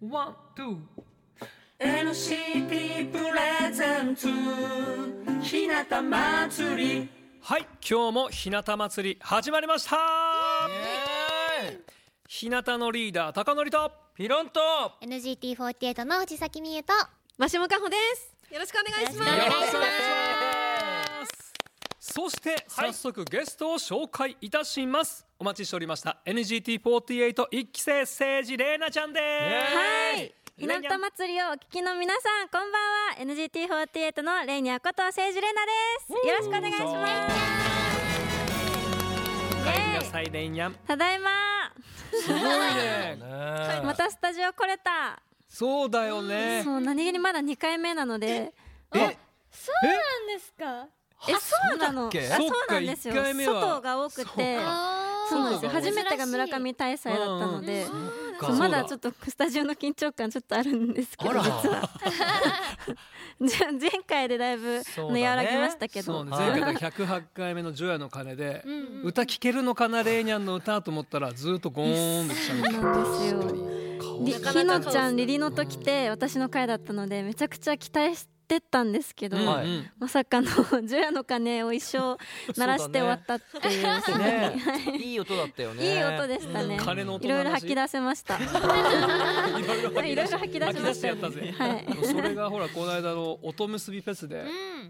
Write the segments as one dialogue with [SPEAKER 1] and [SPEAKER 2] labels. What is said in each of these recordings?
[SPEAKER 1] ワン、ツー。
[SPEAKER 2] NCT プレゼンツ日向祭り
[SPEAKER 1] はい、今日も日向祭り始まりました日向のリーダー、高則と、ピロンと、
[SPEAKER 3] NGT48 の藤崎美優と
[SPEAKER 4] マシモカホです。よろしくお願いしま。
[SPEAKER 3] よろしくお願いしますす
[SPEAKER 1] そして、早速ゲストを紹介いたします。お待ちしておりました、NGT48 一期生、聖治玲奈ちゃんです。
[SPEAKER 4] はい。
[SPEAKER 1] イ
[SPEAKER 4] ひ
[SPEAKER 1] ナ
[SPEAKER 4] な
[SPEAKER 1] ッ
[SPEAKER 4] た
[SPEAKER 1] タ
[SPEAKER 4] 祭りをお聞きの皆さん、こんばんは。NGT48 のレイニャことセイジレナです。よろしくお願いします。
[SPEAKER 1] お帰り
[SPEAKER 4] イエ
[SPEAKER 1] な
[SPEAKER 4] ーイ
[SPEAKER 1] さい、レイニャン。
[SPEAKER 4] ただいま。
[SPEAKER 1] すごいね。
[SPEAKER 4] またスタジオ来れた。
[SPEAKER 1] そうだよね。
[SPEAKER 4] そう、何気にまだ2回目なので。
[SPEAKER 1] え、
[SPEAKER 3] そうなんですか
[SPEAKER 4] え、そうなの。あ、
[SPEAKER 1] そ
[SPEAKER 4] そう
[SPEAKER 1] な
[SPEAKER 4] うなんん
[SPEAKER 1] で
[SPEAKER 4] ですす
[SPEAKER 1] よ
[SPEAKER 4] よ。
[SPEAKER 1] 一回目は
[SPEAKER 4] 外が多くて。
[SPEAKER 3] あ
[SPEAKER 4] そうなんですよ。
[SPEAKER 1] 外が多い
[SPEAKER 4] 初めてが村上大祭だったので。
[SPEAKER 1] か
[SPEAKER 4] そうまだちょ
[SPEAKER 1] そう
[SPEAKER 4] っとスタジオの緊張感ちょっとあるんですけど実はじゃあ前回でだいぶ
[SPEAKER 5] そうだね
[SPEAKER 4] ね和らぎましたけ
[SPEAKER 1] そ
[SPEAKER 4] ど、
[SPEAKER 1] うね、前回の108回目の除夜の鐘で、
[SPEAKER 3] ん
[SPEAKER 1] 歌聴けるのかなレイニャンの歌と思ったらずっとゴーンってきたんで
[SPEAKER 4] そうなんですより
[SPEAKER 5] なかなか
[SPEAKER 4] ひのちゃんリリのと来て私の回だったのでめちゃくちゃ期待してたんですけど、
[SPEAKER 1] うん
[SPEAKER 5] はい
[SPEAKER 1] うん
[SPEAKER 4] まさかの除夜の鐘を一生鳴らして終わったっていう
[SPEAKER 5] ねいい音だったよね。
[SPEAKER 4] いい音でしたね
[SPEAKER 1] 鐘の音
[SPEAKER 4] いろいろ吐き出せましたいろいろ吐き出しま
[SPEAKER 1] 吐
[SPEAKER 4] したよ
[SPEAKER 1] き出してやったぜ
[SPEAKER 4] はい
[SPEAKER 1] でもそれがほらこの間の音結びフェスで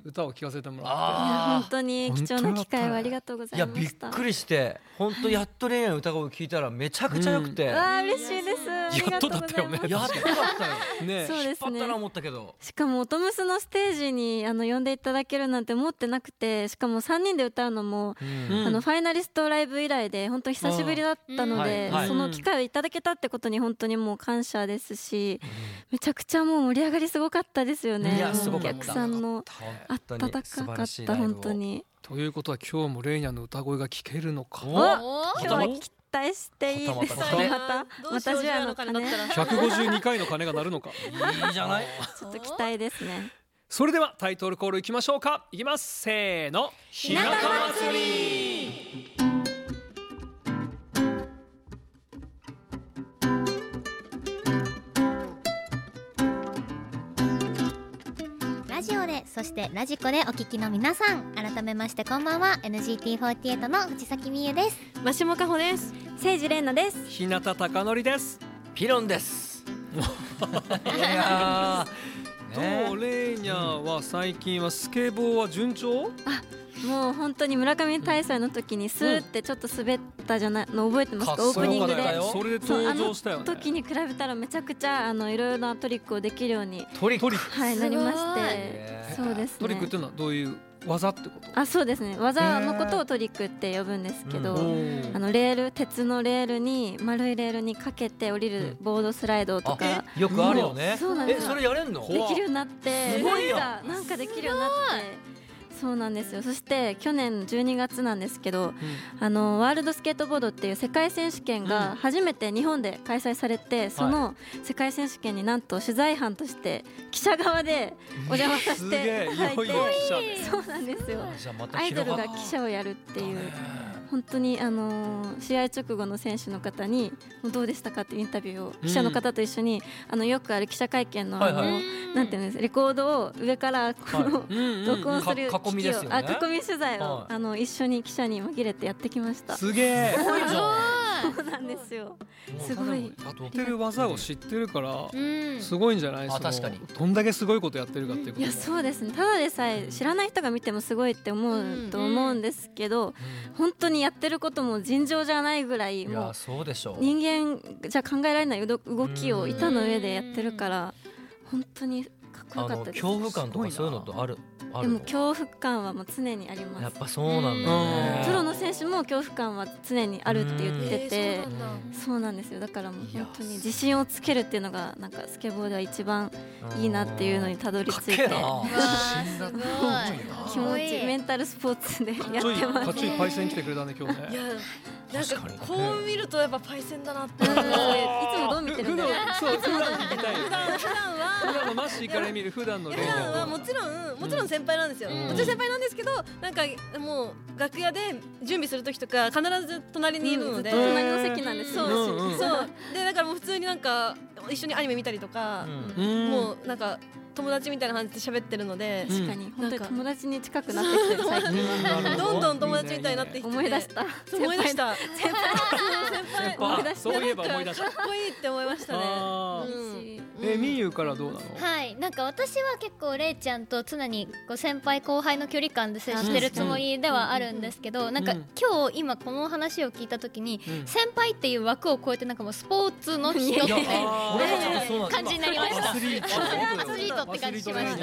[SPEAKER 1] 歌を聴かせてもらっ
[SPEAKER 4] 本
[SPEAKER 5] あ
[SPEAKER 4] 当に貴重な機会をありがとうご
[SPEAKER 5] あ。
[SPEAKER 4] ざ
[SPEAKER 5] い
[SPEAKER 4] い
[SPEAKER 5] や
[SPEAKER 4] ま
[SPEAKER 5] びっ
[SPEAKER 4] した
[SPEAKER 5] くりして本当やっとレイナの歌声を聞いたらめちゃくちゃ良くて、やっ
[SPEAKER 4] わあ嬉しいですありがとうございます
[SPEAKER 5] とだったよ。
[SPEAKER 1] てね
[SPEAKER 4] そうです
[SPEAKER 5] 引っ張った
[SPEAKER 4] ね
[SPEAKER 5] な思ったけど。
[SPEAKER 4] しかも音ムスのステージにあの呼んでいただけるなんて思ってなくてしかも3人で歌うのも、
[SPEAKER 5] うん
[SPEAKER 4] あのファイナリストライブ以来で本当久しぶりだったので、
[SPEAKER 5] うんはいはい
[SPEAKER 4] その機会をいただけたってことに本当にもう感謝ですし、めちゃくちゃもう盛り上がりすごかったですよね
[SPEAKER 5] いや
[SPEAKER 4] もう
[SPEAKER 5] すご
[SPEAKER 4] お
[SPEAKER 5] かった
[SPEAKER 4] 客さんの
[SPEAKER 5] 本当
[SPEAKER 4] 温
[SPEAKER 5] に
[SPEAKER 4] か
[SPEAKER 5] 素晴
[SPEAKER 4] からっ
[SPEAKER 5] しい
[SPEAKER 4] た
[SPEAKER 5] ライブを
[SPEAKER 4] 本当。に
[SPEAKER 1] ということは今日もレイニャンの歌声が聴けるのか
[SPEAKER 5] お
[SPEAKER 4] お今日は期待していいですか
[SPEAKER 5] また
[SPEAKER 4] またまたジュアの鐘ち
[SPEAKER 1] 152回の鐘が鳴るのか
[SPEAKER 5] いいじ ゃない。
[SPEAKER 4] ょっと期待ですね
[SPEAKER 1] それではタイトルコールいきましょうかいきますせーの日向祭り
[SPEAKER 3] ラジオでそしてラジコでお聞きの皆さん改めましてこんばんは NGT48 の藤崎美優です
[SPEAKER 4] マシモカホですセイジレンナです
[SPEAKER 1] 日向貴則です
[SPEAKER 5] ピロンです。いやー。
[SPEAKER 1] ど
[SPEAKER 5] ね
[SPEAKER 1] うレイニャンは最近はスケボーは順調
[SPEAKER 4] もう本当に村上大祭の時にスーってちょっと滑ったじゃないの覚えてますか、
[SPEAKER 5] かっ
[SPEAKER 4] オー
[SPEAKER 5] こ
[SPEAKER 4] プニ
[SPEAKER 5] よ
[SPEAKER 4] ン
[SPEAKER 5] かっ
[SPEAKER 4] グ
[SPEAKER 5] た
[SPEAKER 4] で
[SPEAKER 5] よ。
[SPEAKER 1] それで
[SPEAKER 4] そう
[SPEAKER 1] 登場したよね
[SPEAKER 4] 時に比べたらめちゃくちゃあのいろいろなトリックをできるように、
[SPEAKER 5] トリック。
[SPEAKER 4] はい、なりまし
[SPEAKER 5] ね
[SPEAKER 4] てそうですね
[SPEAKER 1] トリックっていうのはどういう技ってこと
[SPEAKER 4] あそうですね技のことをトリックって呼ぶんですけど、
[SPEAKER 5] う
[SPEAKER 4] あのレール鉄のレールに丸いレールにかけて降りるボードスライドとか、
[SPEAKER 5] あよくあるよね。
[SPEAKER 4] そうなんで
[SPEAKER 5] え
[SPEAKER 4] す
[SPEAKER 5] それやれん
[SPEAKER 4] で
[SPEAKER 5] の？
[SPEAKER 4] きるようになって
[SPEAKER 5] すごいよ
[SPEAKER 4] なんかなんかできるようになってそうなんですよそして去年12月なんですけど、あのワールドスケートボードっていう世界選手
[SPEAKER 1] う
[SPEAKER 4] 権
[SPEAKER 1] ん
[SPEAKER 4] が初めて日本で開催されて、その世界選手権になんと取材班として記者側でお邪魔させ
[SPEAKER 1] すげ
[SPEAKER 4] て
[SPEAKER 1] え
[SPEAKER 4] い
[SPEAKER 1] い
[SPEAKER 4] ただい
[SPEAKER 1] よ
[SPEAKER 4] て
[SPEAKER 1] いよ記者で
[SPEAKER 4] そうなんですよ
[SPEAKER 5] じゃあまた
[SPEAKER 4] アイド
[SPEAKER 5] 広
[SPEAKER 4] ル
[SPEAKER 5] がっ
[SPEAKER 4] が記者をやるっていう本当にあのー試合直後の選手の方にもうどうでしたかっていうインタビューを記者の方と一緒に、あのよくある記者会見のあの、
[SPEAKER 5] はいは
[SPEAKER 4] なんていうんですレコードを上からこの、
[SPEAKER 1] うんうんうん
[SPEAKER 4] 録音する機器
[SPEAKER 5] か
[SPEAKER 4] を
[SPEAKER 5] 囲みですよね
[SPEAKER 4] あ囲み取材を、
[SPEAKER 5] はい
[SPEAKER 4] あの一緒に記者に紛れてやってきました。そ
[SPEAKER 1] すげえ
[SPEAKER 5] すごいじゃん。
[SPEAKER 4] うなんですよ。
[SPEAKER 5] もう
[SPEAKER 4] すごい
[SPEAKER 5] ただもう
[SPEAKER 1] やってる技を知ってるから
[SPEAKER 3] うん
[SPEAKER 1] すごいんじゃない
[SPEAKER 5] あ
[SPEAKER 1] その
[SPEAKER 5] 確かに
[SPEAKER 1] どんだけすごいことやってるかっていうこ
[SPEAKER 4] い
[SPEAKER 1] と
[SPEAKER 4] やそうですね。ただでさえ知らない人が見てもすごいって思うと思うんですけど、本当にやってることも尋常じゃないぐらい
[SPEAKER 5] いや
[SPEAKER 4] も
[SPEAKER 5] ー
[SPEAKER 4] う
[SPEAKER 5] そうでしょう。
[SPEAKER 4] 人間じゃ考えられない動動きを板の上でやってるから本当にかっこ
[SPEAKER 5] あ
[SPEAKER 4] よかっ
[SPEAKER 5] の
[SPEAKER 4] たです。
[SPEAKER 5] 恐怖感とかそういうのとあるあ
[SPEAKER 4] で
[SPEAKER 5] る
[SPEAKER 4] も
[SPEAKER 5] の。
[SPEAKER 4] 恐怖感はもう常にあり
[SPEAKER 5] や
[SPEAKER 4] ま
[SPEAKER 5] っ
[SPEAKER 4] す。
[SPEAKER 5] ぱそうなんだ
[SPEAKER 1] ぱ
[SPEAKER 5] ね。
[SPEAKER 4] プロの選手も恐怖感は常にあるって言ってて。
[SPEAKER 5] うん
[SPEAKER 4] そうなんですよだからもう
[SPEAKER 5] いや
[SPEAKER 4] 本当に自信をつけるっていうのがなんかスケボーでは一番いいなっていうのにたどり
[SPEAKER 5] かっ
[SPEAKER 4] 着い
[SPEAKER 5] け
[SPEAKER 4] て
[SPEAKER 5] えな。
[SPEAKER 4] 気持ちメンタルスポーツでや
[SPEAKER 1] ちょい
[SPEAKER 4] ってま
[SPEAKER 1] か
[SPEAKER 4] す
[SPEAKER 1] っちょいパイセン来てくれたね今日
[SPEAKER 6] いや
[SPEAKER 1] ね
[SPEAKER 6] なん
[SPEAKER 5] 確
[SPEAKER 6] か
[SPEAKER 5] かに
[SPEAKER 6] こう見るとやっぱパイセンだなっ て
[SPEAKER 4] うんいつもどう見てるん
[SPEAKER 1] 普
[SPEAKER 4] だ
[SPEAKER 1] 段
[SPEAKER 4] よ
[SPEAKER 1] そう普段見たいよね
[SPEAKER 6] 普段
[SPEAKER 1] 普
[SPEAKER 6] は
[SPEAKER 1] 段のマッシーから見る普段のレイ
[SPEAKER 6] 普
[SPEAKER 1] ニ
[SPEAKER 6] 段
[SPEAKER 1] ャ
[SPEAKER 6] は
[SPEAKER 1] ン
[SPEAKER 6] もちろんもちろん先輩なんですよ、
[SPEAKER 1] ん
[SPEAKER 6] もちろん先輩なんですけどなんかもう楽屋で準備する時とか必ず隣にいるので、
[SPEAKER 4] 隣の席なんです
[SPEAKER 6] そう、
[SPEAKER 1] うんうん
[SPEAKER 6] そうでだからもう普通になんか一緒にアニメ見たりとか、
[SPEAKER 5] ん
[SPEAKER 1] うん
[SPEAKER 6] もうなんか友達みたいな感じで喋ってるので、
[SPEAKER 1] うん
[SPEAKER 4] 確かに本当に
[SPEAKER 6] なんか
[SPEAKER 4] 友達に近くなってきてる最近
[SPEAKER 6] どんどん友達みたいになってきてて
[SPEAKER 4] 思い出した
[SPEAKER 6] 思い出した
[SPEAKER 4] 先輩
[SPEAKER 6] 先輩
[SPEAKER 4] 思い出
[SPEAKER 1] あ
[SPEAKER 4] した
[SPEAKER 1] そういえば思い出した
[SPEAKER 6] かっこいいって思いましたね
[SPEAKER 1] あ
[SPEAKER 6] う
[SPEAKER 1] ー
[SPEAKER 6] ん
[SPEAKER 1] えーみゆからどうなの
[SPEAKER 3] はい、なんか私は結構れいちゃんと常にこう先輩後輩の距離感で接してるつもりではあるんですけど、なんか
[SPEAKER 1] うん
[SPEAKER 3] 今日今この話を聞いた時に、
[SPEAKER 1] うん
[SPEAKER 3] 先輩っていう枠を超えてなんかもうスポーツの人っ
[SPEAKER 1] い
[SPEAKER 3] て
[SPEAKER 1] やあー
[SPEAKER 5] 俺もちょっとそうなん だ
[SPEAKER 3] 感じになりました
[SPEAKER 1] ア。スリート
[SPEAKER 3] アスリートって感じしまし
[SPEAKER 1] アス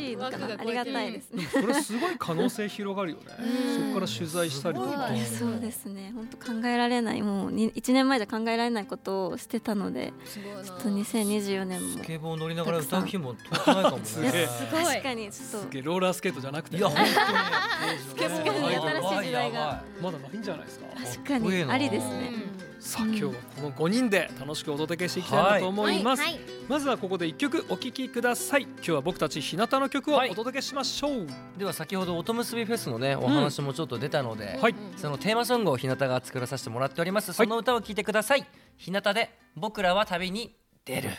[SPEAKER 1] リートだよね
[SPEAKER 3] た。
[SPEAKER 4] 嬉しいのかな
[SPEAKER 6] 枠が
[SPEAKER 4] あり
[SPEAKER 6] 超えてる
[SPEAKER 4] がたいですね
[SPEAKER 1] それすごい可能性広がるよね
[SPEAKER 3] うん
[SPEAKER 1] そこから取材したりとか
[SPEAKER 3] すごい
[SPEAKER 4] いやそうですね本当考えられないもうに1年前じゃ考えられないことをしてたので
[SPEAKER 6] すごいな
[SPEAKER 4] ちょっと2024年も
[SPEAKER 5] スケボー乗りながら歌う日も遠くないかもね
[SPEAKER 1] すげえ
[SPEAKER 3] ごい
[SPEAKER 4] 確かにちょっ
[SPEAKER 1] す
[SPEAKER 4] と
[SPEAKER 1] げえローラースケートじゃなくて
[SPEAKER 5] いや本
[SPEAKER 1] ス
[SPEAKER 5] 当
[SPEAKER 1] ケ
[SPEAKER 5] に
[SPEAKER 1] ボー
[SPEAKER 5] やば
[SPEAKER 4] 新しい時代が
[SPEAKER 5] やば
[SPEAKER 1] まだないんじゃないですか
[SPEAKER 4] 確か
[SPEAKER 5] かっこいい
[SPEAKER 4] に
[SPEAKER 5] な
[SPEAKER 4] ありです
[SPEAKER 3] う
[SPEAKER 4] ね
[SPEAKER 3] ん
[SPEAKER 1] さあ今日はこの5人で楽しくお届けしていきたいなと思います、
[SPEAKER 3] はい、
[SPEAKER 1] まずはここで1曲お聴きください今日は僕たち日向の曲をお届けしましょう
[SPEAKER 5] では先ほど音結びフェスのねお話もちょっと出たので、
[SPEAKER 1] はい
[SPEAKER 5] そのテーマソングを日向が作らさせてもらっておりますその歌を聴いてください、日向で僕らは旅に出る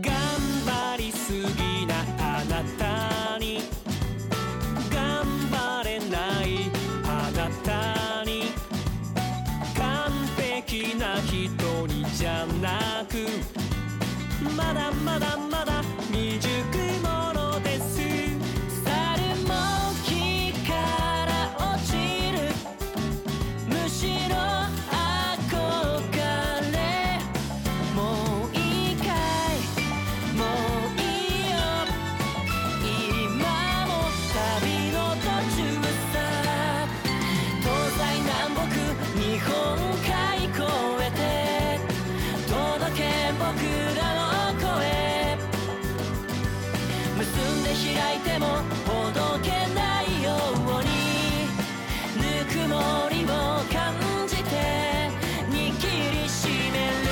[SPEAKER 7] 頑張りすぎなあなたに頑張れないあなたに完璧な人にじゃなくまだまだまだ未熟者です猿も木から落ちるむしろ憧れもういいかい「もういいよ今も旅の途中さ」「東西南北日本海越えて」「届け僕らの声」「結んで開いてもほどけないように」ぬくもりを感じて握りしめる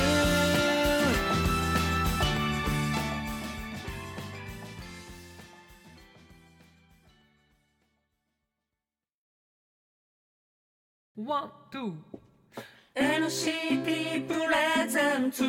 [SPEAKER 1] ワン、ツー
[SPEAKER 2] NCT プレゼンツ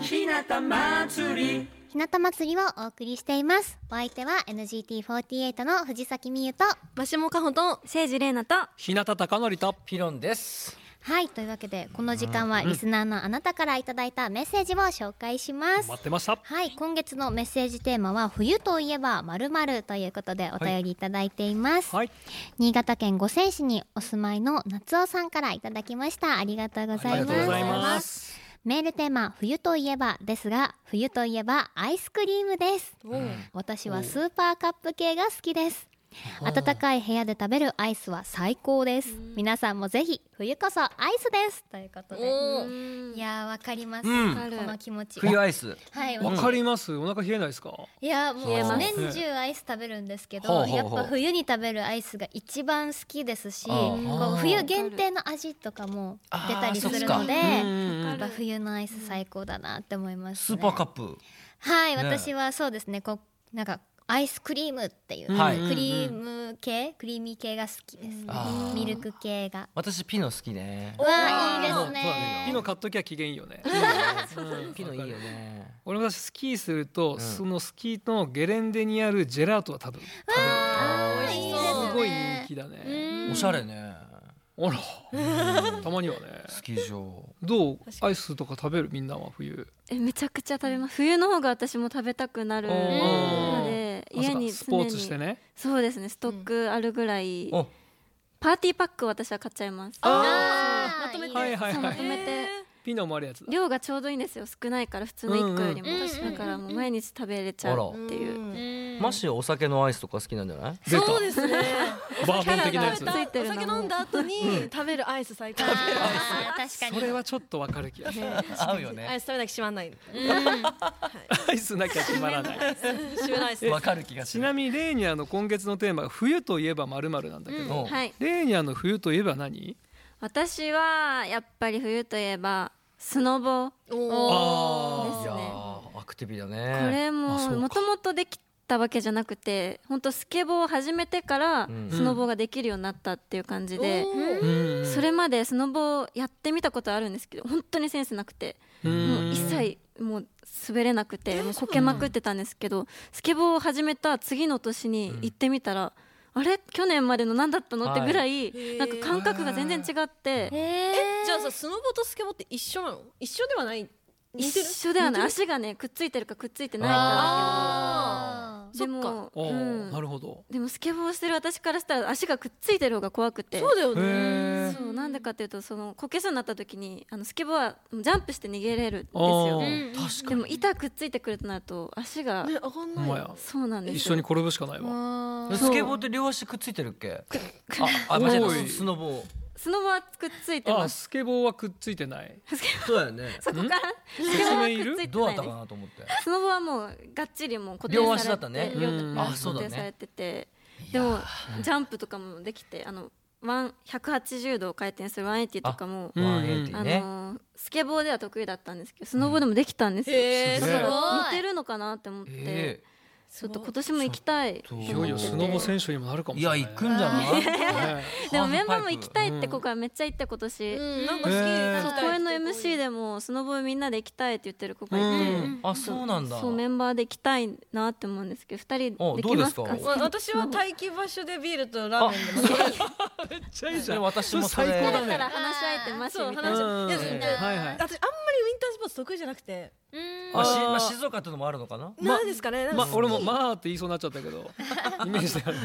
[SPEAKER 2] 日向祭り
[SPEAKER 3] 日向祭りをお送りしています。お相手は NGT48 の藤崎美優と。
[SPEAKER 6] マシモカホと
[SPEAKER 4] 誠治玲奈と
[SPEAKER 1] 日向貴則と
[SPEAKER 5] ピロンです
[SPEAKER 3] はい、というわけで、この時間はリスナーのあなたからいただいたメッセージを紹介します。
[SPEAKER 1] 待ってました
[SPEAKER 3] はい、今月のメッセージテーマは冬といえばまるまるということでお便りいただいています。
[SPEAKER 1] はい
[SPEAKER 3] 新潟県五泉市にお住まいの夏尾さんからいただきました。ありがとうござ
[SPEAKER 1] ありが
[SPEAKER 3] い
[SPEAKER 1] と
[SPEAKER 3] ま
[SPEAKER 1] うご
[SPEAKER 3] す。
[SPEAKER 1] ざいます
[SPEAKER 3] メールテーマ冬といえばですが、冬といえばアイスクリームです。私はスーパーカップ系が好きです。暖かい部屋で食べるアイスは最高です。皆さんもぜひ冬こそアイスですということで。
[SPEAKER 6] おー
[SPEAKER 3] いやーわかります。
[SPEAKER 5] うん
[SPEAKER 3] この気持ち。
[SPEAKER 5] 冬アイス
[SPEAKER 3] はい、
[SPEAKER 1] わ
[SPEAKER 3] わ
[SPEAKER 1] かりますお腹冷えないですか
[SPEAKER 3] いやもう
[SPEAKER 5] 冷えます
[SPEAKER 3] 年中アイス食べるんですけど、
[SPEAKER 5] ほうほう
[SPEAKER 3] や
[SPEAKER 5] ほ
[SPEAKER 3] っ
[SPEAKER 5] う
[SPEAKER 3] ぱ冬に食べるアイスが一番好きですし
[SPEAKER 5] あー
[SPEAKER 3] こう冬限定の味とかも出たりするので
[SPEAKER 4] あ
[SPEAKER 1] うん
[SPEAKER 3] や
[SPEAKER 1] うんうん
[SPEAKER 3] っぱ冬のアイス最高だなって思います、
[SPEAKER 5] ス
[SPEAKER 3] ね、
[SPEAKER 5] ーパーカップ
[SPEAKER 3] はい、
[SPEAKER 5] ね
[SPEAKER 3] 私はそうですねこうなんかアイスクリームっていう、
[SPEAKER 5] はい
[SPEAKER 3] クリーム系クリーミー系が好きですね
[SPEAKER 5] あー
[SPEAKER 3] ミルク系が
[SPEAKER 5] 私ピノ好きね
[SPEAKER 3] わあいいで
[SPEAKER 5] そ
[SPEAKER 3] す
[SPEAKER 5] うだね
[SPEAKER 1] ピ
[SPEAKER 3] ね
[SPEAKER 1] ノ買っときゃ機嫌いいよね
[SPEAKER 5] うんピノいいよね
[SPEAKER 1] 俺も私スキーすると、
[SPEAKER 5] ん
[SPEAKER 1] そのスキーのゲレンデにあるジェラートは食べる
[SPEAKER 3] あーいいですね
[SPEAKER 1] すごい人気だね
[SPEAKER 5] おしゃれね
[SPEAKER 1] あらたまにはね
[SPEAKER 5] スキー場
[SPEAKER 1] どうアイスとか食べるみんなは冬
[SPEAKER 4] えめちゃくちゃ食べます冬の方が私も食べたくなる
[SPEAKER 1] あー
[SPEAKER 4] ので
[SPEAKER 1] あ
[SPEAKER 4] 家
[SPEAKER 1] そう
[SPEAKER 4] に
[SPEAKER 1] かスポ
[SPEAKER 4] 常
[SPEAKER 1] ーツして
[SPEAKER 4] に
[SPEAKER 1] ね
[SPEAKER 4] そうですねストックあるぐらい
[SPEAKER 5] お
[SPEAKER 4] パーティーパックを私は買っちゃいます
[SPEAKER 3] あー
[SPEAKER 6] まとめて
[SPEAKER 1] はいはい
[SPEAKER 4] そう
[SPEAKER 1] は
[SPEAKER 4] ま
[SPEAKER 1] い
[SPEAKER 4] とめて
[SPEAKER 1] ピノもあるやつだ
[SPEAKER 4] 量がちょうどいいんですよ少ないから普通の1個よりも
[SPEAKER 3] うんうん
[SPEAKER 4] だからもう毎日食べれちゃうっていう
[SPEAKER 3] うん
[SPEAKER 5] マッシーはお酒のアイスとか好きなんじゃない
[SPEAKER 1] 出た
[SPEAKER 6] そうですね。
[SPEAKER 1] バーボン的なや
[SPEAKER 6] 食
[SPEAKER 1] つ
[SPEAKER 6] べた
[SPEAKER 4] ついて
[SPEAKER 6] お
[SPEAKER 4] るな
[SPEAKER 6] 酒飲んだ後に食べるアイス最高。
[SPEAKER 3] あー確
[SPEAKER 1] そ
[SPEAKER 3] か
[SPEAKER 1] れ
[SPEAKER 3] に
[SPEAKER 1] はちょっとわかる気がする
[SPEAKER 5] 合うよ
[SPEAKER 6] アイス食べなきゃ閉まんない。
[SPEAKER 1] アイスなきゃ決まらない
[SPEAKER 6] 閉めないアイス。
[SPEAKER 5] わかる気がす
[SPEAKER 1] ち
[SPEAKER 5] る
[SPEAKER 1] なみにレーニャの今月のテーマが冬といえばまるなんだけど、
[SPEAKER 5] うん
[SPEAKER 4] はい
[SPEAKER 1] レーニャの冬といえば何
[SPEAKER 4] 私はやっぱり冬といえばスノボ
[SPEAKER 1] あ
[SPEAKER 4] ですね
[SPEAKER 5] いやーアクティビだね
[SPEAKER 4] これも
[SPEAKER 1] あそうか
[SPEAKER 4] もともとできたわけじゃなくて本当スケボーを始めてから
[SPEAKER 5] うん
[SPEAKER 4] スノボができるようになったっていう感じで、
[SPEAKER 1] ーうん
[SPEAKER 4] それまでスノボやってみたことあるんですけど本当にセンスなくて、もう一切もう滑れなくてもうこけまくってたんですけど、スケボーを始めた次の年に行ってみたら、あれ去年までの何だったのってぐらい、
[SPEAKER 6] はい
[SPEAKER 4] なんか感覚が全然違って。
[SPEAKER 3] え
[SPEAKER 6] じゃあさスノボとスケボーって一緒なの？一緒ではない。似
[SPEAKER 4] 一
[SPEAKER 6] てる。
[SPEAKER 4] 緒ではない足がねくっついてるかくっついてないか
[SPEAKER 6] あ
[SPEAKER 4] で
[SPEAKER 6] そっ
[SPEAKER 4] も
[SPEAKER 1] あー
[SPEAKER 4] うん
[SPEAKER 1] なるほど
[SPEAKER 4] でもスケボーしてる私からしたら足がくっついてる方が怖くて
[SPEAKER 6] そうだよ
[SPEAKER 1] へ
[SPEAKER 6] ね。
[SPEAKER 1] ー
[SPEAKER 4] そうなんでかっていうとそのこけそうになった時にあのスケボーはジャンプして逃げれるんです
[SPEAKER 1] あ
[SPEAKER 4] よ
[SPEAKER 1] ー
[SPEAKER 5] 確
[SPEAKER 4] でも板くっついてくるとなると足が、
[SPEAKER 6] ね上がん
[SPEAKER 1] ほ
[SPEAKER 6] なんい
[SPEAKER 1] ま
[SPEAKER 6] よ。
[SPEAKER 1] や
[SPEAKER 4] そうなんですよ
[SPEAKER 1] 一緒に転ぶしかないわ
[SPEAKER 5] かにスケボーって両足くっついてるっけああ間違
[SPEAKER 1] お
[SPEAKER 5] え
[SPEAKER 1] い
[SPEAKER 5] たスノボー
[SPEAKER 4] スノボはくっついて
[SPEAKER 1] あー
[SPEAKER 4] ます
[SPEAKER 1] スケボーはくっついてない
[SPEAKER 5] そうだよね
[SPEAKER 4] そこからスケボ
[SPEAKER 1] 説
[SPEAKER 4] ー
[SPEAKER 1] 明
[SPEAKER 4] はいくっ
[SPEAKER 1] る
[SPEAKER 4] ついて
[SPEAKER 5] どうだ
[SPEAKER 4] な
[SPEAKER 5] っ
[SPEAKER 4] い
[SPEAKER 5] た
[SPEAKER 4] で
[SPEAKER 5] か
[SPEAKER 4] す
[SPEAKER 5] なと思って
[SPEAKER 4] スノボはもうがっちりもう固定されて
[SPEAKER 5] 両足だったね
[SPEAKER 4] 両
[SPEAKER 1] うん
[SPEAKER 4] 両
[SPEAKER 5] あそうだね
[SPEAKER 4] 固定されててでもジャンプとかもできてあのワン180度回転する180とかも
[SPEAKER 1] うん
[SPEAKER 5] 180
[SPEAKER 4] あ
[SPEAKER 5] ね
[SPEAKER 4] のースケボーでは得意だったんですけどスノボでもできたんですよ、
[SPEAKER 6] へー
[SPEAKER 4] だから
[SPEAKER 1] す
[SPEAKER 3] ごい
[SPEAKER 4] 似てるのかなって思って、
[SPEAKER 5] え
[SPEAKER 4] ちょっと今年も行きたい
[SPEAKER 5] え
[SPEAKER 1] いよいよスノボ選手にもなるかもし
[SPEAKER 5] い
[SPEAKER 1] れ
[SPEAKER 5] や
[SPEAKER 1] ない
[SPEAKER 5] 行くんじゃない
[SPEAKER 1] ね
[SPEAKER 4] でもメンバーも行きたいって
[SPEAKER 1] うん
[SPEAKER 4] 子がめっちゃ行って今年、
[SPEAKER 6] うんなんか
[SPEAKER 1] へー
[SPEAKER 6] 好
[SPEAKER 4] そう
[SPEAKER 6] き。
[SPEAKER 4] 公演の MC でもスノボみんなで行きたいって言ってる子がいて、
[SPEAKER 1] うん
[SPEAKER 5] あそうなんだ
[SPEAKER 4] そうメンバーで行きたいなって思うんですけど2人
[SPEAKER 5] お
[SPEAKER 4] できます
[SPEAKER 5] どう
[SPEAKER 4] か
[SPEAKER 5] です
[SPEAKER 6] まあ私は待機場所でビールとラーメンでも。
[SPEAKER 1] めっちゃいいじゃん
[SPEAKER 5] で私も
[SPEAKER 1] それ最高だ
[SPEAKER 4] だから
[SPEAKER 1] ね
[SPEAKER 4] 話し相手マシ
[SPEAKER 6] そう
[SPEAKER 4] みたい
[SPEAKER 6] 話し
[SPEAKER 4] な
[SPEAKER 1] うん
[SPEAKER 6] いや
[SPEAKER 1] うん
[SPEAKER 6] いや
[SPEAKER 1] はいはい
[SPEAKER 6] 私あんまりウィンタースポーツ得意じゃなくて。
[SPEAKER 5] あし
[SPEAKER 1] あー
[SPEAKER 5] まあ静岡ってのもあるのかな
[SPEAKER 6] なんですかね。なんか
[SPEAKER 1] ま俺もまあって言いそうになっちゃったけ どイメージである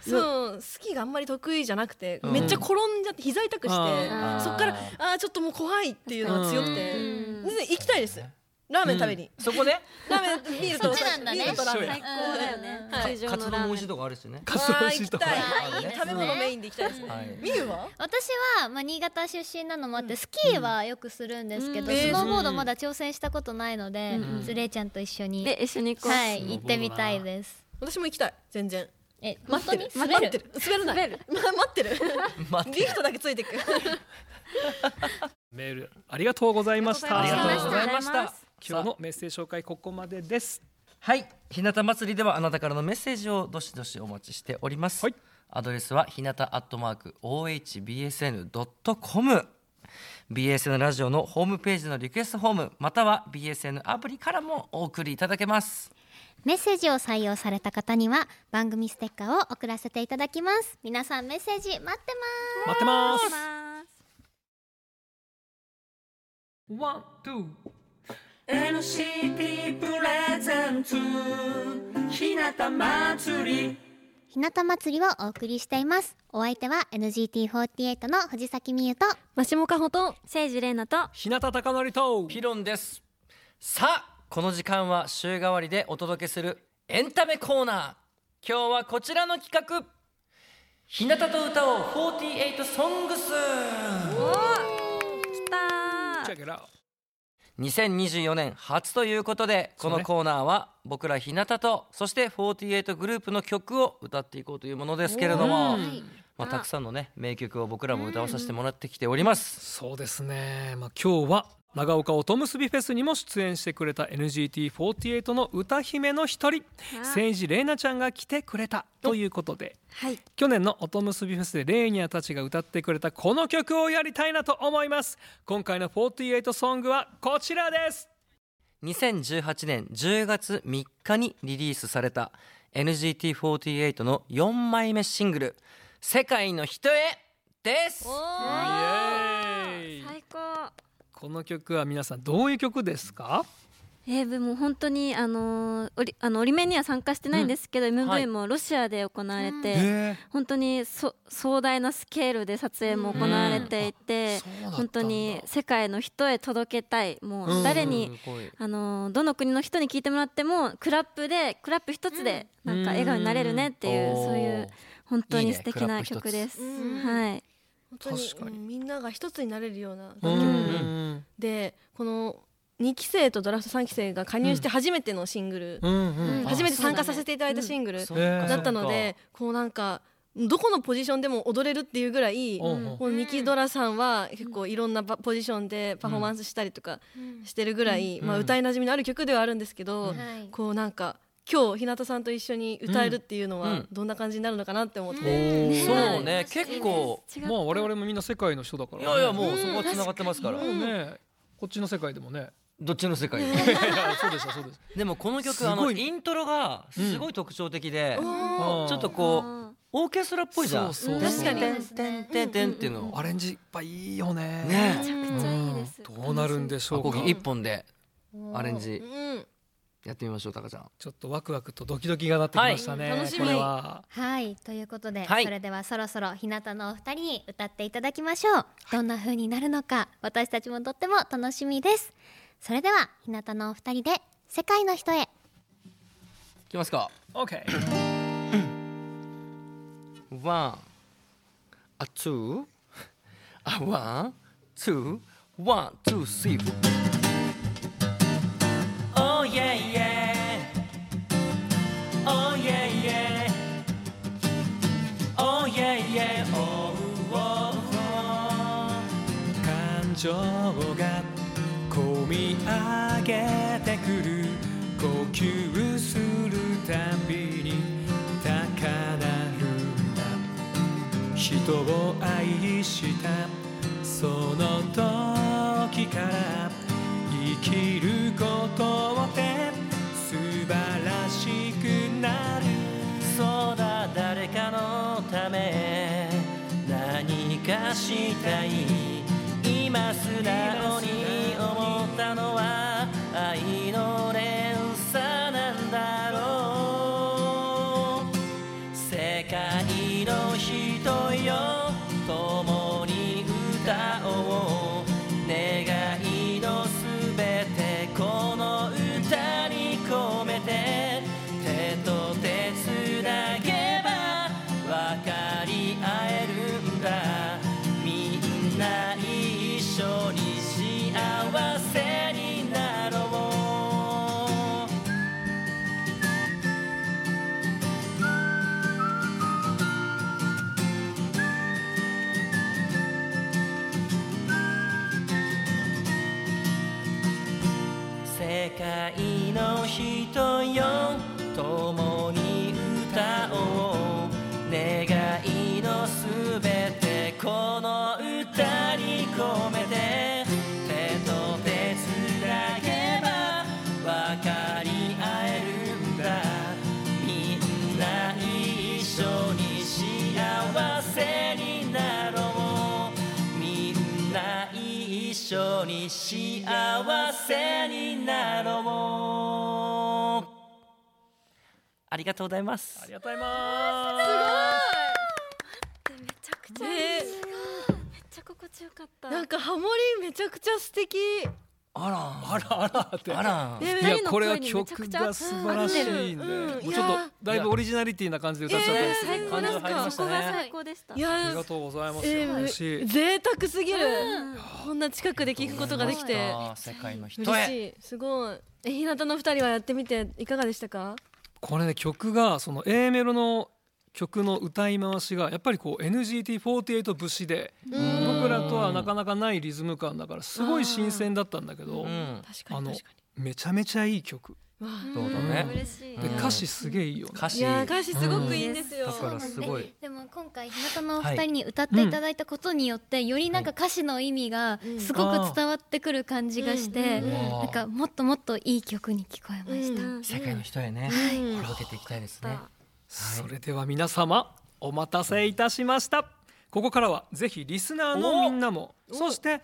[SPEAKER 6] そうスキーがあんまり得意じゃなくて、
[SPEAKER 5] うん
[SPEAKER 6] めっちゃ転んじゃって膝痛くして
[SPEAKER 4] あー
[SPEAKER 6] そっからあーちょっともう怖いっていうのが強くて、
[SPEAKER 4] うん
[SPEAKER 6] 全然行きたいですラーメン食べに、
[SPEAKER 5] そこで
[SPEAKER 6] ラーメンビール
[SPEAKER 3] そ
[SPEAKER 6] と
[SPEAKER 3] っちなんだね
[SPEAKER 6] ビールとラーメ
[SPEAKER 1] 一緒
[SPEAKER 6] ン
[SPEAKER 1] や
[SPEAKER 6] はい
[SPEAKER 4] そうだよね
[SPEAKER 6] はい
[SPEAKER 4] 通常
[SPEAKER 5] 活
[SPEAKER 4] の
[SPEAKER 5] 動
[SPEAKER 4] ラ
[SPEAKER 5] の
[SPEAKER 4] ー
[SPEAKER 5] 美
[SPEAKER 4] メ
[SPEAKER 5] 味しいとこあるしね
[SPEAKER 1] 活動
[SPEAKER 6] あー
[SPEAKER 1] し
[SPEAKER 6] 行
[SPEAKER 1] い
[SPEAKER 6] き
[SPEAKER 1] と
[SPEAKER 6] たい
[SPEAKER 5] あーいいですね
[SPEAKER 6] 食べ物メインで行きたいですね、
[SPEAKER 5] はい
[SPEAKER 6] みゆは
[SPEAKER 3] 私は、まあ、新潟出身なのもあってスキーはよくするんですけど、
[SPEAKER 6] うん
[SPEAKER 3] スノーボードまだ挑戦したことないので、
[SPEAKER 4] うん
[SPEAKER 3] ズレイちゃんと一緒
[SPEAKER 4] ン
[SPEAKER 3] に、
[SPEAKER 4] で一緒に行こう、
[SPEAKER 3] はい行ってみたいです
[SPEAKER 6] 私も行きたい全然
[SPEAKER 3] え本
[SPEAKER 6] 待
[SPEAKER 3] 当
[SPEAKER 6] って
[SPEAKER 3] に
[SPEAKER 6] る
[SPEAKER 3] 滑
[SPEAKER 6] 待
[SPEAKER 3] る
[SPEAKER 6] ってる滑るない
[SPEAKER 4] 滑る
[SPEAKER 6] ま 待ってる
[SPEAKER 5] 待って
[SPEAKER 6] リフトだけついてく
[SPEAKER 1] メールありがとうございました
[SPEAKER 5] ありがとうござい
[SPEAKER 4] ありがとうござ
[SPEAKER 5] ま
[SPEAKER 4] い
[SPEAKER 5] し
[SPEAKER 4] ま
[SPEAKER 5] た
[SPEAKER 4] す
[SPEAKER 1] 今日のメッセージ紹介ここまでです
[SPEAKER 5] はい日向祭りではあなたからのメッセージをどしどしお待ちしております、
[SPEAKER 1] はい
[SPEAKER 5] アドレスはひなたアットマーク ohbsn.com BSN ラジオのホームページのリクエストフォームまたは BSN アプリからもお送りいただけます
[SPEAKER 3] メッセージを採用された方には番組ステッカーを送らせていただきます皆さんメッセージ待ってます
[SPEAKER 1] 待ってます
[SPEAKER 4] ます
[SPEAKER 1] ワン、ツー
[SPEAKER 2] NCT プレゼンツひなた祭り
[SPEAKER 3] 日向祭りをお送りしていますお相手は NGT48 の藤崎美優と
[SPEAKER 6] マシモカホと
[SPEAKER 4] 聖樹玲奈と
[SPEAKER 1] 日向貴則と
[SPEAKER 5] ピロンですさあこの時間は週替わりでお届けするエンタメコーナー今日はこちらの企画日向と歌を48ソング
[SPEAKER 4] 来
[SPEAKER 5] ス
[SPEAKER 4] た
[SPEAKER 1] チ
[SPEAKER 4] ー
[SPEAKER 1] ェックラ
[SPEAKER 5] 2024年初ということでこ
[SPEAKER 1] う
[SPEAKER 5] の
[SPEAKER 1] ね
[SPEAKER 5] コーナーは僕ら日向とそして48グループの曲を歌っていこうというものですけれども、まあ、たくさんのね名曲を僕らも歌わさせてもらってきております。
[SPEAKER 1] そうですね、まあ、今日は長岡音結びフェスにも出演してくれた NGT48 の歌姫の一人聖司玲奈ちゃんが来てくれたということで、
[SPEAKER 6] はい
[SPEAKER 1] 去年の音結びフェスでレーニャたちが歌ってくれたこの曲をやりたいなと思います今回の48ソングはこちらです
[SPEAKER 5] 2018年10月3日にリリースされた NGT48 の4枚目シングル「世界の人へ」です
[SPEAKER 1] イエ
[SPEAKER 4] お
[SPEAKER 1] ーイ
[SPEAKER 4] 最高
[SPEAKER 1] この曲は皆さんどういう曲ですか
[SPEAKER 4] えーでも本当にあのー、オリあのオリメンには参加してないんですけど、
[SPEAKER 5] はい
[SPEAKER 4] MV もロシアで行われて、
[SPEAKER 1] え
[SPEAKER 4] 本当にそ壮大なスケールで撮影も行われていて、本当に世界の人へ届けたいもう誰に、あのーどの国の人に聞いてもらってもクラップでクラップ一つでなんか笑顔になれるねっていう、そういう本当
[SPEAKER 5] いい
[SPEAKER 4] に
[SPEAKER 5] ね
[SPEAKER 4] 素敵ない
[SPEAKER 5] いねクラップ
[SPEAKER 4] 曲
[SPEAKER 5] 一つ
[SPEAKER 4] です。
[SPEAKER 6] うん
[SPEAKER 4] はい、
[SPEAKER 6] 本当に
[SPEAKER 1] 確かに
[SPEAKER 6] うんみんなが一つになれるよう
[SPEAKER 1] う
[SPEAKER 6] な楽曲
[SPEAKER 1] ん
[SPEAKER 6] でこの2期生とドラフト3期生が加入して初めてのシングル、
[SPEAKER 1] うんうん
[SPEAKER 4] うん
[SPEAKER 6] 初めて参加させていただいたシングル
[SPEAKER 5] そ
[SPEAKER 1] え
[SPEAKER 6] だったのでこうなんかどこのポジションでも踊れるっていうぐらい
[SPEAKER 1] お
[SPEAKER 6] こ
[SPEAKER 1] うおう
[SPEAKER 6] のニキドラさんは結構いろんなばポジションでパフォーマンスしたりとかしてるぐらい、
[SPEAKER 5] うん
[SPEAKER 6] まあ、
[SPEAKER 5] うん
[SPEAKER 6] 歌いなじみのある曲ではあるんですけど、
[SPEAKER 3] はい
[SPEAKER 6] こうなんか今日日向さんと一緒に歌えるっていうの
[SPEAKER 5] うんう
[SPEAKER 6] は
[SPEAKER 5] ん
[SPEAKER 6] どんな感じになるのかなって思って、
[SPEAKER 5] おーそうね結構
[SPEAKER 4] 違っ
[SPEAKER 1] まあ我々もみんな世界の人だから
[SPEAKER 5] い
[SPEAKER 1] ね
[SPEAKER 5] やいやもうそこは繋がってますから
[SPEAKER 1] もうねこっちの世界でもね
[SPEAKER 5] どっちの世界でも
[SPEAKER 1] いやそうでしたそうです
[SPEAKER 5] でもこの曲
[SPEAKER 1] すごい
[SPEAKER 5] あのイントロがすごい特徴的で、
[SPEAKER 1] うん
[SPEAKER 5] ちょっとこうオーケストラっぽいじゃん
[SPEAKER 1] そう
[SPEAKER 6] そう確かに
[SPEAKER 5] てんてんてんてんっていうの
[SPEAKER 1] アレンジいっぱいいいよね
[SPEAKER 5] ね
[SPEAKER 4] めちゃくちゃいいです。
[SPEAKER 1] どうなるんでしょ
[SPEAKER 5] ア
[SPEAKER 1] う
[SPEAKER 5] コ
[SPEAKER 1] か
[SPEAKER 5] ギ一本で
[SPEAKER 3] おー
[SPEAKER 5] アレンジ
[SPEAKER 6] うん
[SPEAKER 5] やってみましょうタカちゃん
[SPEAKER 1] ちょっとワクワクとドキドキがなってきましたね、
[SPEAKER 6] はい楽しみ
[SPEAKER 1] これは
[SPEAKER 3] はいということで、
[SPEAKER 5] はい
[SPEAKER 3] それではそろそろ日向のお二人に歌っていただきましょうどんな風になるのか私たちもとっても楽しみですそれでは日向のお二人で世界の人へ
[SPEAKER 5] いきますか
[SPEAKER 1] OK
[SPEAKER 5] ワンあツーあワンツーワンツースリーフおいえいえおいえいえおいえいえおうおう
[SPEAKER 1] 感情が込み上げてくる呼吸するたびに高鳴るんだ人を愛したその時から生きることって素晴らしくなる
[SPEAKER 5] そうだ誰かのため何かしたい今素直に思ったのは愛の連鎖なんだろう世界の人よ共に歌おう願いのすべてこの歌に込めて手と手つなげば分かり合えるんだみんな一緒に幸せになろう世界の人よ共に歌おう願いのすべてこの歌に込めて手と手つなげば分かり合えるんだみんな一緒に幸せになろうみんな一緒に幸せになろうありがとうございます
[SPEAKER 1] ありがとうございます
[SPEAKER 4] めちゃくちゃいい
[SPEAKER 6] ね
[SPEAKER 4] ですよめっちゃ心地よかった。
[SPEAKER 6] なんかハモリめちゃくちゃ素敵
[SPEAKER 5] あ
[SPEAKER 1] あらあらって
[SPEAKER 5] らあら
[SPEAKER 4] ね
[SPEAKER 1] いや
[SPEAKER 4] 二人の
[SPEAKER 1] これは
[SPEAKER 4] 声にめちゃ
[SPEAKER 1] 曲
[SPEAKER 4] くちゃ
[SPEAKER 1] が素晴らしいんで、
[SPEAKER 6] うんうん
[SPEAKER 1] もうちょっとだいぶオリジナリティな感じで歌っちゃったんですけど、
[SPEAKER 6] いや
[SPEAKER 1] ね
[SPEAKER 6] ー最高で
[SPEAKER 5] 感
[SPEAKER 6] す
[SPEAKER 5] 情入りまし
[SPEAKER 4] そ
[SPEAKER 5] た
[SPEAKER 4] こが
[SPEAKER 5] ね
[SPEAKER 4] 最高でした。
[SPEAKER 6] い
[SPEAKER 1] あ
[SPEAKER 6] や
[SPEAKER 1] りがとうございます、
[SPEAKER 6] えー
[SPEAKER 1] 嬉しい
[SPEAKER 6] 贅沢すぎる、
[SPEAKER 4] うん
[SPEAKER 6] こんな近くで聴くことができて
[SPEAKER 5] あー世界の人
[SPEAKER 6] 嬉
[SPEAKER 5] へ
[SPEAKER 6] しいすごいえ日向の二人はやってみていかがでしたか
[SPEAKER 1] これね曲がその A メロの曲の歌い回しがやっぱりこう NGT48 節で僕らとはなかなかないリズム感だからすごい新鮮だったんだけど、
[SPEAKER 5] うん
[SPEAKER 6] 確か
[SPEAKER 1] あ
[SPEAKER 6] に
[SPEAKER 1] の
[SPEAKER 6] 確か
[SPEAKER 1] めちゃめちゃいい曲
[SPEAKER 6] にわ
[SPEAKER 5] そうだね
[SPEAKER 4] 嬉しい。
[SPEAKER 1] で
[SPEAKER 5] うん
[SPEAKER 1] 歌詞すげえいいよね、
[SPEAKER 5] 歌
[SPEAKER 6] あい
[SPEAKER 5] 詞
[SPEAKER 6] やー
[SPEAKER 5] だ
[SPEAKER 6] 歌詞すごくいいんですよ、
[SPEAKER 5] からすごい
[SPEAKER 3] でも今回日向のお二人に歌っていただいたことによって、よりなんか歌詞の意味がすごく伝わってくる感じがして、
[SPEAKER 6] うんうん
[SPEAKER 3] なんかもっともっといい曲に聞こえました、
[SPEAKER 4] うん
[SPEAKER 5] 世界の人へね届けていきたいですね
[SPEAKER 1] それでは皆様お待たせいたしましたここからはぜひリスナーのみんなもそして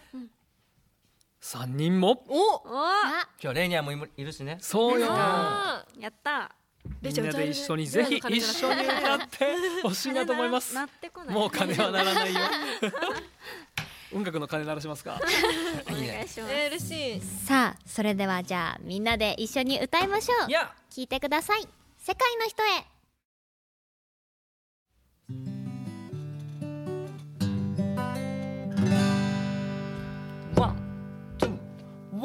[SPEAKER 1] 三人も
[SPEAKER 6] お
[SPEAKER 4] おー
[SPEAKER 3] あ
[SPEAKER 5] 今日レイニャもいるいるしね
[SPEAKER 1] そうよ
[SPEAKER 6] あ
[SPEAKER 4] やった
[SPEAKER 1] みんなで一緒にぜひ一緒に歌ってほしいなと思います
[SPEAKER 4] なってこ ない
[SPEAKER 1] もう金はならない よ音楽の鐘鳴らしますか
[SPEAKER 4] お願いします
[SPEAKER 6] えー嬉しい
[SPEAKER 3] さあそれではじゃあみんなで一緒に歌いましょう
[SPEAKER 5] いや
[SPEAKER 3] 聞いてください世界の人へ
[SPEAKER 5] ワンツー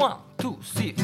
[SPEAKER 5] ワンツースリー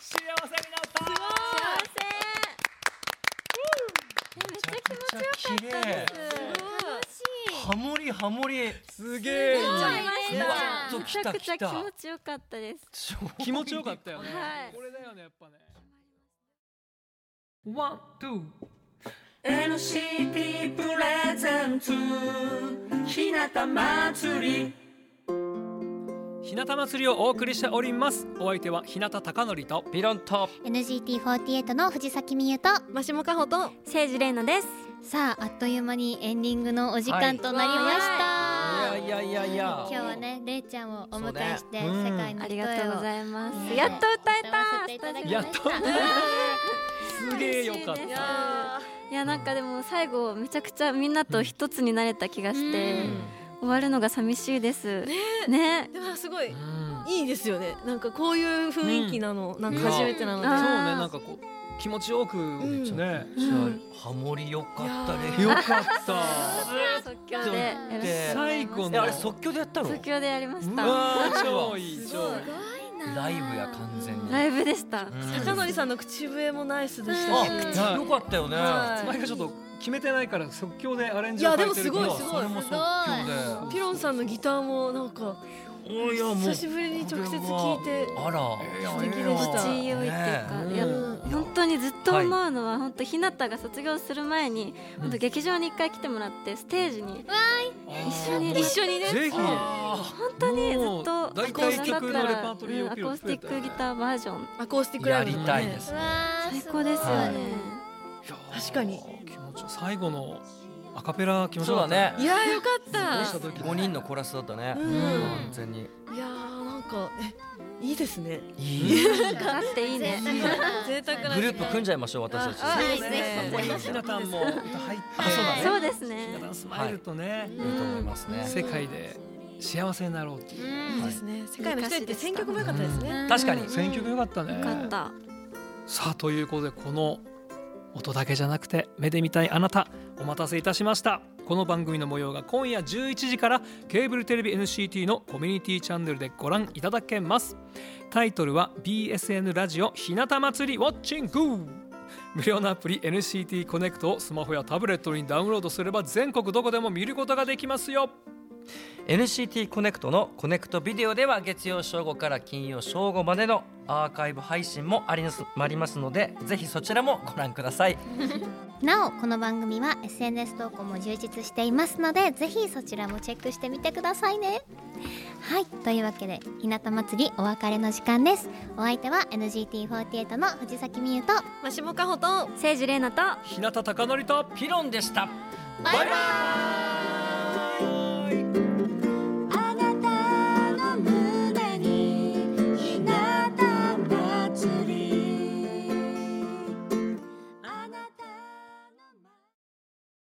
[SPEAKER 1] 幸せになった
[SPEAKER 5] めちゃくちゃ綺麗ハモリハモリ
[SPEAKER 1] すげえ
[SPEAKER 5] うわっと
[SPEAKER 4] めち
[SPEAKER 5] 来
[SPEAKER 4] ゃ
[SPEAKER 5] た
[SPEAKER 4] くちゃ気
[SPEAKER 5] 来た
[SPEAKER 4] 持ちよかったです
[SPEAKER 1] 気持ちよかったよね
[SPEAKER 4] はい
[SPEAKER 1] これだよねやっぱね
[SPEAKER 2] ワン、ツー。NCT プレゼンツ日向祭り
[SPEAKER 1] 日向祭りをお送りしておりますお相手は日向貴則と
[SPEAKER 5] ビロンと
[SPEAKER 3] NGT48 の藤崎美優と
[SPEAKER 6] マシモカホと
[SPEAKER 4] 誠治玲奈です
[SPEAKER 3] さああっという間にエンディングのお時間となりました、
[SPEAKER 5] いやいやいやいや
[SPEAKER 3] 今日はねれいちゃんをお迎えして、
[SPEAKER 5] そうね
[SPEAKER 3] 世界の
[SPEAKER 4] あ
[SPEAKER 3] 人
[SPEAKER 4] り
[SPEAKER 3] へを
[SPEAKER 4] がとうございま
[SPEAKER 3] え
[SPEAKER 4] す
[SPEAKER 3] ー
[SPEAKER 4] やっと歌え
[SPEAKER 3] 歌わせてい
[SPEAKER 4] た
[SPEAKER 3] ただきま
[SPEAKER 1] やっ とすげえよかった
[SPEAKER 4] 嬉しいですいやなんかでも最後めちゃくちゃみんなと一つになれた気がして終わるのが寂しいですね
[SPEAKER 6] でもすごい
[SPEAKER 1] うん
[SPEAKER 6] いいですよねなんかこういう雰囲気なの、なんか初めてなので、
[SPEAKER 4] うん
[SPEAKER 1] そうね
[SPEAKER 4] あー
[SPEAKER 1] なんかこう気持ちよくね、
[SPEAKER 5] じゃあハモリよかったね
[SPEAKER 1] よかった
[SPEAKER 4] 即興でやらせてもら い
[SPEAKER 1] 最後
[SPEAKER 4] まし
[SPEAKER 5] え
[SPEAKER 1] の
[SPEAKER 5] あれ即興でやった
[SPEAKER 4] た
[SPEAKER 5] の
[SPEAKER 4] 即興でやりまし
[SPEAKER 1] う
[SPEAKER 4] た
[SPEAKER 1] わー超いい超いい
[SPEAKER 5] ライブや完全に
[SPEAKER 4] ライブでした
[SPEAKER 6] 高典さんの口笛もナイスでしたし、
[SPEAKER 5] あ、よかったよね。
[SPEAKER 6] は
[SPEAKER 1] 前がちょっと決めてないから即興でアレン
[SPEAKER 6] い、い
[SPEAKER 1] ジを
[SPEAKER 6] や
[SPEAKER 1] 変
[SPEAKER 6] で
[SPEAKER 1] え
[SPEAKER 6] も
[SPEAKER 1] て
[SPEAKER 6] す
[SPEAKER 1] る
[SPEAKER 6] ごいす
[SPEAKER 1] す
[SPEAKER 6] ごい
[SPEAKER 5] も即興
[SPEAKER 6] ピロンさんのギターもなんか
[SPEAKER 5] で。いやもう
[SPEAKER 6] 久しぶりに直接聞いて
[SPEAKER 5] あら。
[SPEAKER 6] 素敵でし
[SPEAKER 4] 心
[SPEAKER 6] た
[SPEAKER 4] 地よいっていうか、
[SPEAKER 1] ね
[SPEAKER 4] いや
[SPEAKER 1] う
[SPEAKER 4] 本当にずっと思うのは、本当ひなたが卒業する前に、本当劇場に一回来てもらってステージに一緒に一緒にね
[SPEAKER 1] ぜひ
[SPEAKER 4] 本当にずっ
[SPEAKER 1] もう
[SPEAKER 4] と
[SPEAKER 1] 大
[SPEAKER 4] 学
[SPEAKER 1] 体
[SPEAKER 4] 校
[SPEAKER 1] 曲のレパートリーを
[SPEAKER 4] アコ
[SPEAKER 1] 広
[SPEAKER 4] ー
[SPEAKER 1] く
[SPEAKER 4] ス
[SPEAKER 1] 増え
[SPEAKER 4] テ
[SPEAKER 1] た
[SPEAKER 4] ィックギターバージョン
[SPEAKER 6] アコースティックラ
[SPEAKER 5] や
[SPEAKER 6] イブ
[SPEAKER 5] り
[SPEAKER 6] もね
[SPEAKER 5] たいです。
[SPEAKER 4] 最高ですよね、
[SPEAKER 6] 確かに
[SPEAKER 1] 気持ちよ最後のアカペラ気持ち
[SPEAKER 5] そ
[SPEAKER 1] よか
[SPEAKER 5] うだ
[SPEAKER 1] った
[SPEAKER 5] ね
[SPEAKER 6] い。やーよかった
[SPEAKER 1] した時
[SPEAKER 5] 五人のコーラスだったね。
[SPEAKER 6] うん
[SPEAKER 5] 完全に。
[SPEAKER 6] いやーなんかえいいですね
[SPEAKER 5] いい。
[SPEAKER 4] かかっていいね
[SPEAKER 6] 贅沢な
[SPEAKER 5] グループ組んじゃいましょう私たち。い
[SPEAKER 6] いね
[SPEAKER 1] ここにひなたんも入って
[SPEAKER 4] はいそうですね
[SPEAKER 1] ひなたんスマイルとね
[SPEAKER 5] いと思いますね。
[SPEAKER 1] 世界で幸せになろうっていう
[SPEAKER 6] いいですね世界の人って選曲も良かったですね
[SPEAKER 5] 確かに。
[SPEAKER 1] 選曲よかったね
[SPEAKER 4] よかった
[SPEAKER 1] さあということでこの音だけじゃなくて目で見たいあなたお待たせいたしましたこの番組の模様が今夜11時からケーブルテレビ NCT のコミュニティチャンネルでご覧いただけますタイトルは BSN ラジオひなた祭りウォッチング無料のアプリ NCT コネクトをスマホやタブレットにダウンロードすれば全国どこでも見ることができますよ
[SPEAKER 5] NCT コネクトのコネクトビデオでは月曜正午から金曜正午までのアーカイブ配信もありますありますのでぜひそちらもご覧ください
[SPEAKER 3] なおこの番組は SNS 投稿も充実していますのでぜひそちらもチェックしてみてくださいねはいというわけで日向祭りお別れの時間ですお相手は NGT48 の藤崎美優と
[SPEAKER 6] マシモカホと
[SPEAKER 4] 誠司玲奈と
[SPEAKER 1] 日向貴教と
[SPEAKER 5] ピロンでした
[SPEAKER 3] バイバイ